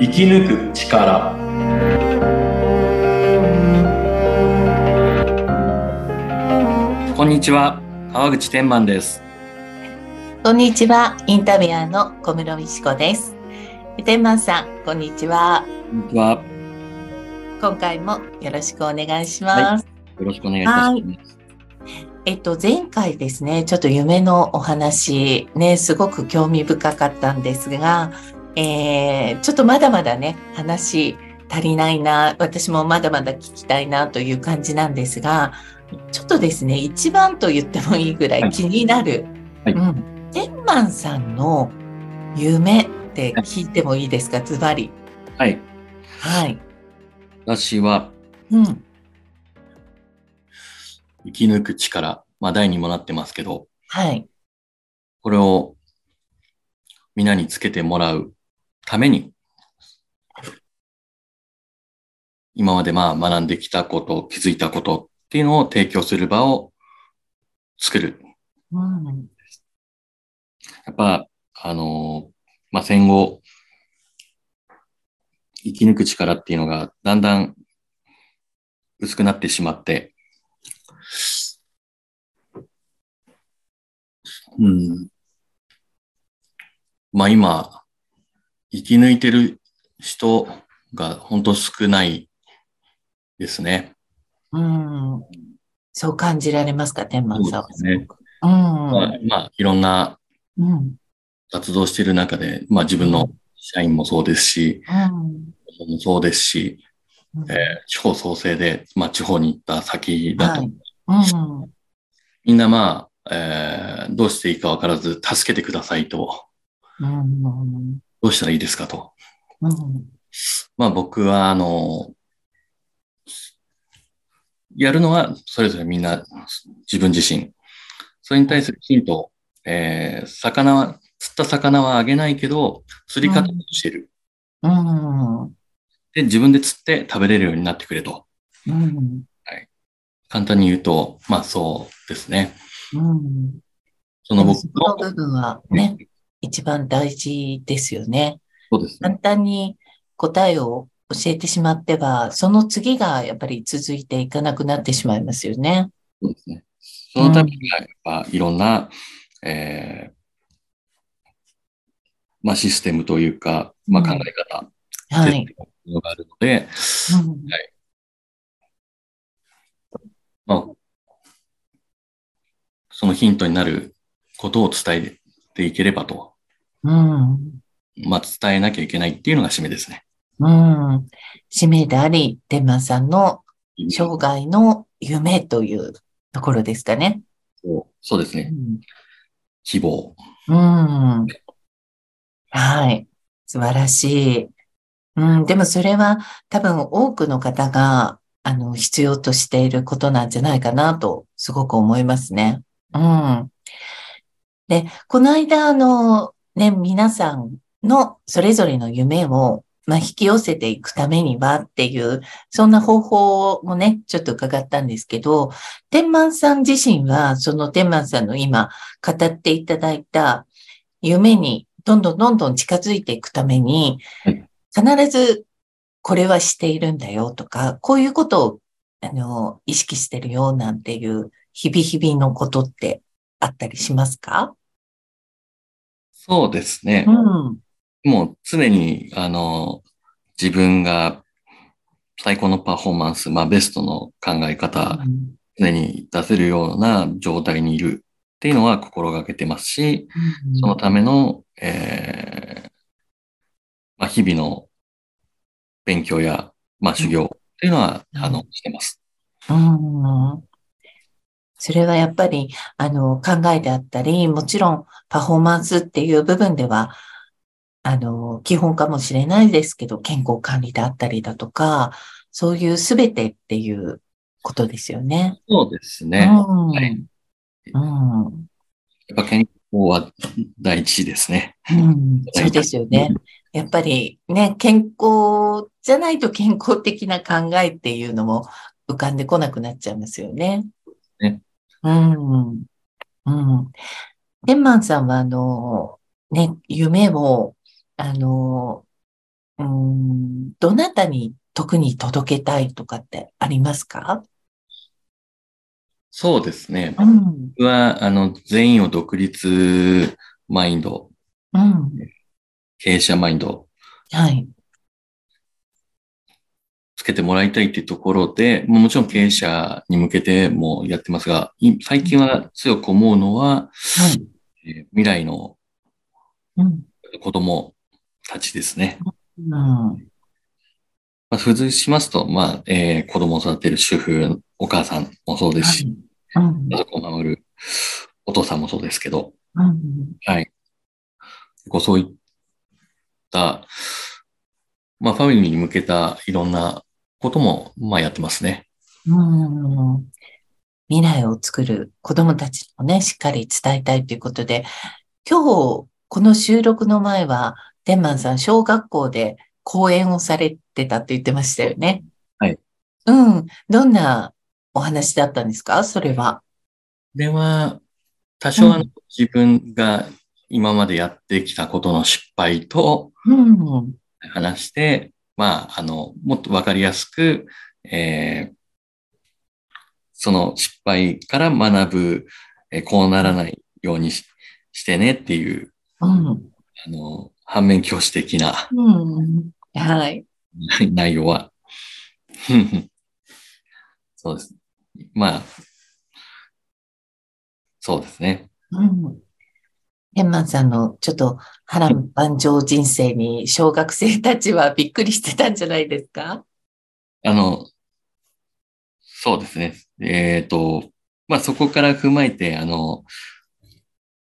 生き抜く力こんにちは川口天満ですこんにちは、インタビュアーの小室美子です。天満さん、こんにちは。こんにちはよ今回もよろしくお願いします。ろしくお願いいたしますえっと、前回ですね、ちょっと夢のお話、ね、すごく興味深かったんですが、えーちょっとまだまだね、話足りないな、私もまだまだ聞きたいなという感じなんですが、ちょっとですね、一番と言ってもいいぐらはいい気になる、はいうん、天満さんの夢って聞いてもいいですか、ズバリ。はいはい。私はうん。生き抜く力まあ題にもなってますけどはい。これをみんなにつけてもらうために今までまあ学んできたこと気づいたことっていうのを提供する場を作るうん。やっぱ、あのーまあ、戦後、生き抜く力っていうのがだんだん薄くなってしまって、うん。まあ、今、生き抜いてる人が本当少ないですね。うん。そう感じられますか、天満さんは。そうですねごくうん。まあ、まあ、いろんなうん。活動してる中で、まあ、自分の社員もそうですし、うん。もそうですし、えー地方創生で、まあ、地方に行った先だと、はいうん。みんな、まあえーどうしていいか分からず、助けてくださいと、うん。どうしたらいいですかと。うん。まあ、僕は、あの、やるのは、それぞれみんな、自分自身。それに対するヒント、えー魚は、釣った魚はあげないけど、釣り方をしてる。うん。で、自分で釣って食べれるようになってくれと。うん。簡単に言うと、まあ、そうですね。うん。その僕そのの、部分はね、一番大事ですよね。そうですね。簡単に答えを教えてしまっては、その次がやっぱり続いていかなくなってしまいますよね。そうですね。そのためには、やっぱいろんな、えーまあ、システムというか、まあ、考え方はってい。いうのがあるので、うんまあ、そのヒントになることを伝えていければと、うん。まあ、伝えなきゃいけないっていうのが締めですね。うん。使命であり、天満さんの生涯の夢というところですかね。そうそうですうね。ん。希望。うんはい。素晴らしい。うん。でもそれは多分多くの方が、あの、必要としていることなんじゃないかなと、すごく思いますね。うん。で、この間、あの、ね、皆さんのそれぞれの夢を、まあ、引き寄せていくためにはっていう、そんな方法もね、ちょっと伺ったんですけど、天満さん自身は、その天満さんの今、語っていただいた夢にどんどんどんどん近づいていくためにはい、必ずこれはしているんだよとか、こういうことをあの意識してるよなんていう日々日々のことってあったりしますかそうですね。うん。もう常に、あの、自分が最高のパフォーマンス、まあ、ベストの考え方、常に出せるような状態にいるっていうのは心がけてますし、そのための、えーまあ、日々の勉強や、まあ、修行っていうのは、うんあの、してます。うんそれはやっぱり、あの、考えであったり、もちろんパフォーマンスっていう部分では、あの、基本かもしれないですけど、健康管理であったりだとか、そういうすべてっていうことですよね。そうですうね。やっん。はいうん。ぱ健康は第一ですね。うん。そうですよね。やっぱりね、健康じゃないと健康的な考えっていうのも浮かんでこなくなっちゃいますよね。ねうん。うん。天満さんは、あの、ね、夢を、あの、うん、どなたに特に届けたいとかってありますかそうですね。うん、僕は、あの、全員を独立マインド、うん、経営者マインド、はい。つけてもらいたいっていうところで、もちろん経営者に向けてもやってますが、最近は強く思うのは、はいえー、未来の子供たちですね。うん、まあ、付随しますと、まあえー、子供を育てる主婦、お母さんもそうですし、はいうん、家族を守るお父さんもそうですけど、うん、はい。こうそういった、まあ、ファミリーに向けたいろんなことも、まあ、やってますね。うん未来を作る子供たちもね、しっかり伝えたいということで、今日、この収録の前は、天満さん、小学校で講演をされてたって言ってましたよね。はい。うん。どんなお話だったんですかそれは。これは、多少、うん、自分が今までやってきたことの失敗と、話して、うん、まあ、あの、もっとわかりやすく、えー、その失敗から学ぶ、えー、こうならないようにししてねっていう、うん、あの、反面教師的な、 うん、はい。内容は。 そうです。まあ、そうですね。うん。天満さんのちょっと波乱万丈人生に小学生たちはびっくりしてたんじゃないですかあの、そうですね。えっ、ー、と、まあ、そこから踏まえて、あの、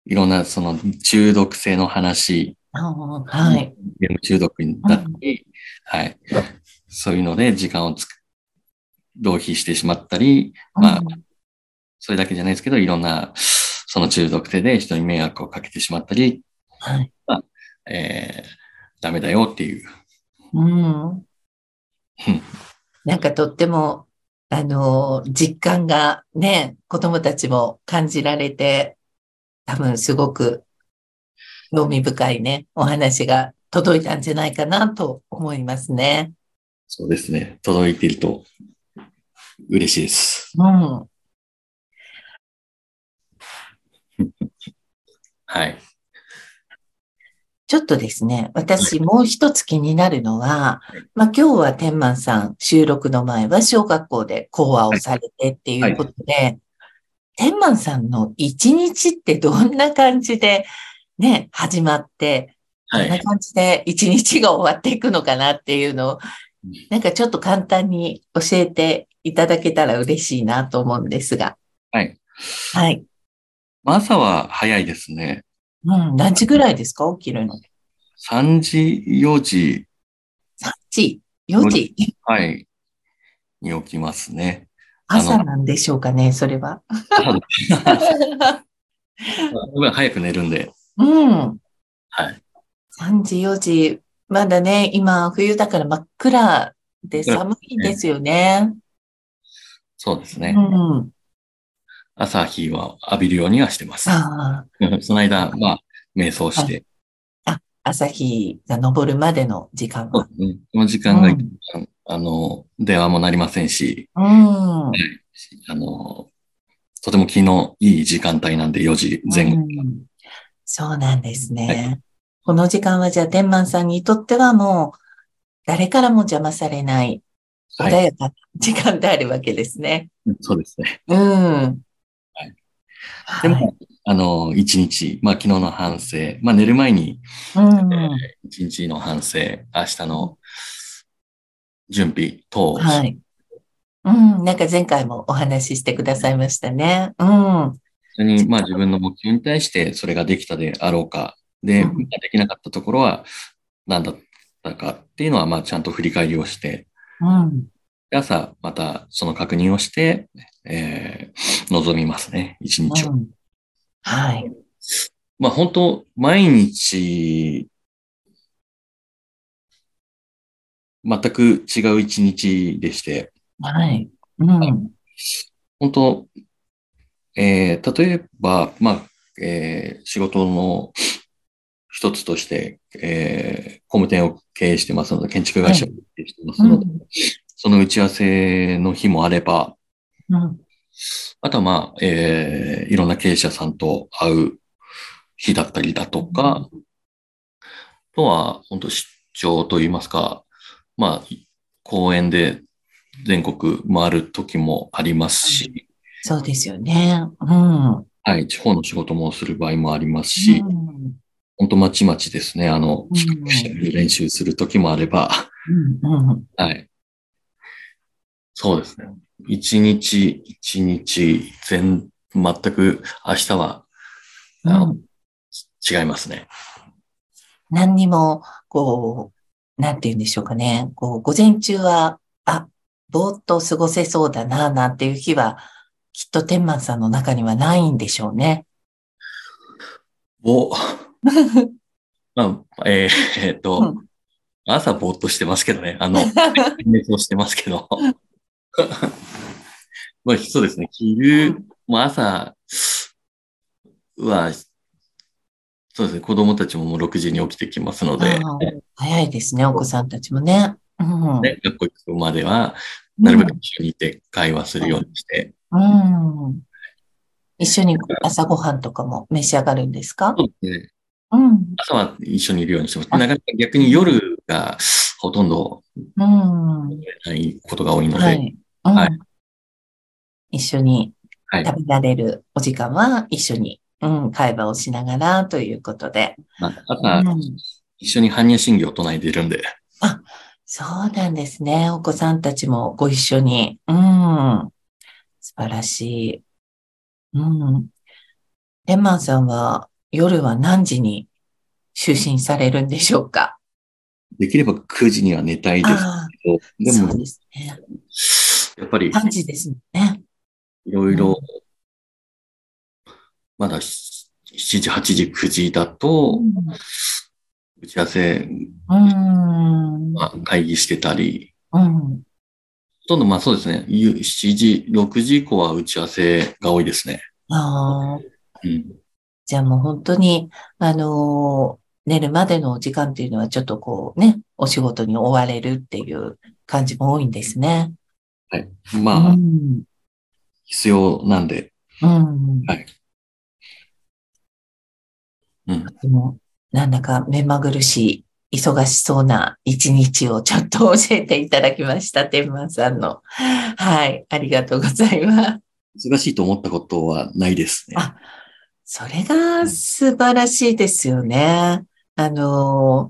いろんなその中毒性の話、はい。ゲーム中毒になったり、うん、はい。そういうので時間をつ浪費してしまったり、まあ、うん、それだけじゃないですけど、いろんな、その中毒性で人に迷惑をかけてしまったり、はい。まあ、えー、ダメだよっていう。うん。なんかとっても、あの、実感がね、子供たちも感じられて、多分すごく興味深いね、お話が届いたんじゃないかなと思いますね。そうですね。届いていると嬉しいです。うん。はい。ちょっとですね、私もう一つ気になるのは、まあ今日は天満さん収録の前は小学校で講話をされてっていうことで、はいはい、天満さんの一日ってどんな感じでね、始まって、どんな感じで一日が終わっていくのかなっていうのを、なんかちょっと簡単に教えていただけたら嬉しいなと思うんですが。はい。はい。朝は早いですね。うん、何時ぐらいですか起きるの。 3時、4時。 3時、4時。はい。に起きますね。朝なんでしょうかね、それは。早く寝るんで。うん。はい。 3時、4時。まだね、今、冬だから真っ暗で寒いですよね。そうですね。うん。朝日は浴びるようにはしてます。 その間、まあ、瞑想して。あ、朝日が昇るまでの時間は。そうですね。この時間が、うん、あの、電話もなりませんし、うん、あ、の、とても昨日いい時間帯なんで4時前後。うんそうなんですね。はい、この時間はじゃあ、天満さんにとってはもう、誰からも邪魔されない、穏やかな時間であるわけですね。はい、そうですね。うん。でも、はい、あの、一日、まあ昨日の反省、まあ寝る前に、一、うん、えー、日の反省、明日の準備等はい。うん、なんか前回もお話ししてくださいましたね。うん。それに、まあ自分の目標に対してそれができたであろうか。で、うん、できなかったところは何だったかっていうのは、まあちゃんと振り返りをして、うん、。朝、またその確認をして、えー、望みますね、一日を、うんはい。まあ本当、毎日、全く違う一日でして。はい。うん。本当、えー、例えば、まあ、えー、仕事の一つとして、えー、工務店を経営してますので、建築会社を経営してますので、その打ち合わせの日もあれば、うん。あとはまあ、えー、いろんな経営者さんと会う日だったりだとか、あとは、本当出張といいますか、まあ、公園で全国回る時もありますし、そうですよね。うん。うんはい、地方の仕事もする場合もありますし、本当まちまちですね。あの、うん帰国して練習する時もあれば、 うんうんはい。そうですね。一日一日全、全く明日はあのうん違いますね。何にも、こう、なんて言うんでしょうかね。こう、午前中は、あ、ぼーっと過ごせそうだな、なんていう日は、きっと天満さんの中にはないんでしょうね。ぼ、 まあ、えーえーっと、うん朝ぼーっとしてますけどね。 あの、熱をしてますけど。 まあ、そうですね。 昼、もう朝は、そうですね、子供たちももう6時に起きてきますので、あー早いですね、お子さんたちもね。うん。ね、学校行くまでは、なるべく一緒にいて会話するようにして、うん。うん一緒に朝ごはんとかも召し上がるんですかそうですねうん。朝は一緒にいるようにしてます。なかなか逆に夜がほとんどうん。ないことが多いので、はい。うんはい一緒にはい食べられるお時間は一緒に、うん、会話をしながらということで。まあ朝、うん一緒に般若心経を唱えているんで、そうなんですね。お子さんたちもご一緒に。うん。素晴らしい。うん。レマンさんは夜は何時に就寝されるんでしょうかできれば9時には寝たいですあけど、あ、でそうも、ですね。やっぱり3時ですもんね。いろいうろん、まだ7時、8時、9時だと、打ち合わせ、うん。まあ会議してたり、うん。ほとんどまあそうですね。ゆ7時、6時以降は打ち合わせが多いですね。ああ。うん。じゃあもう本当に、あのー寝るまでのお時間っていうのはちょっとこうね、お仕事に追われるっていう感じも多いんですね。まあ、うん。必要なんで。うん。はいうん。でも、なんだか目まぐるしい、忙しそうな一日をちょっと教えていただきました、天満さんの。はい、ありがとうございます。難しいと思ったことはないですね。あそれが素晴らしいですよね。あの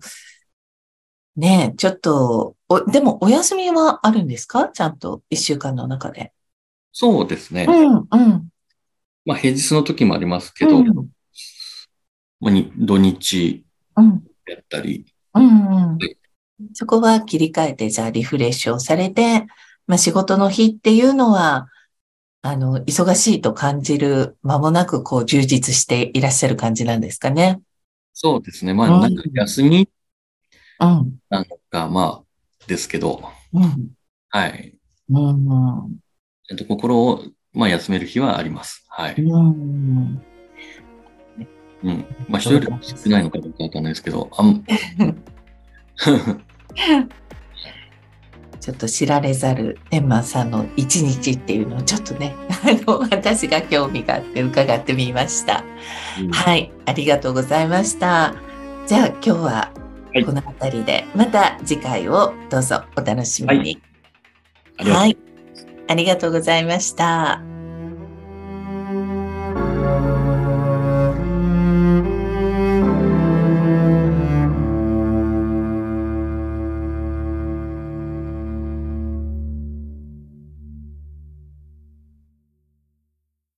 ー、ねえ、ちょっと、お、でもお休みはあるんですかちゃんと一週間の中で。そうですね。ん、うん。まあ平日の時もありますけど、うん、まあに土日うん、やったり、うんうん。そこは切り替えて、じゃあリフレッシュをされて、まあ仕事の日っていうのは、あの、忙しいと感じる、間もなくこう充実していらっしゃる感じなんですかね。そうですね。まうあんなんか休みうん、なのか、まあ、ですけど、うん、はい。うん。ちゃんと心を、まあ休める日はあります。はい。うんうん。まあ一人でも少ないのかどうかわかんないですけど、あん、 ちょっと知られざる天満さんの一日っていうのをちょっとね、 あの、私が興味があって伺ってみました。はい、ありがとうございました。じゃあ今日ははいこの辺りで、また次回をどうぞお楽しみに。ありがとうございますはい、ありがとうございました。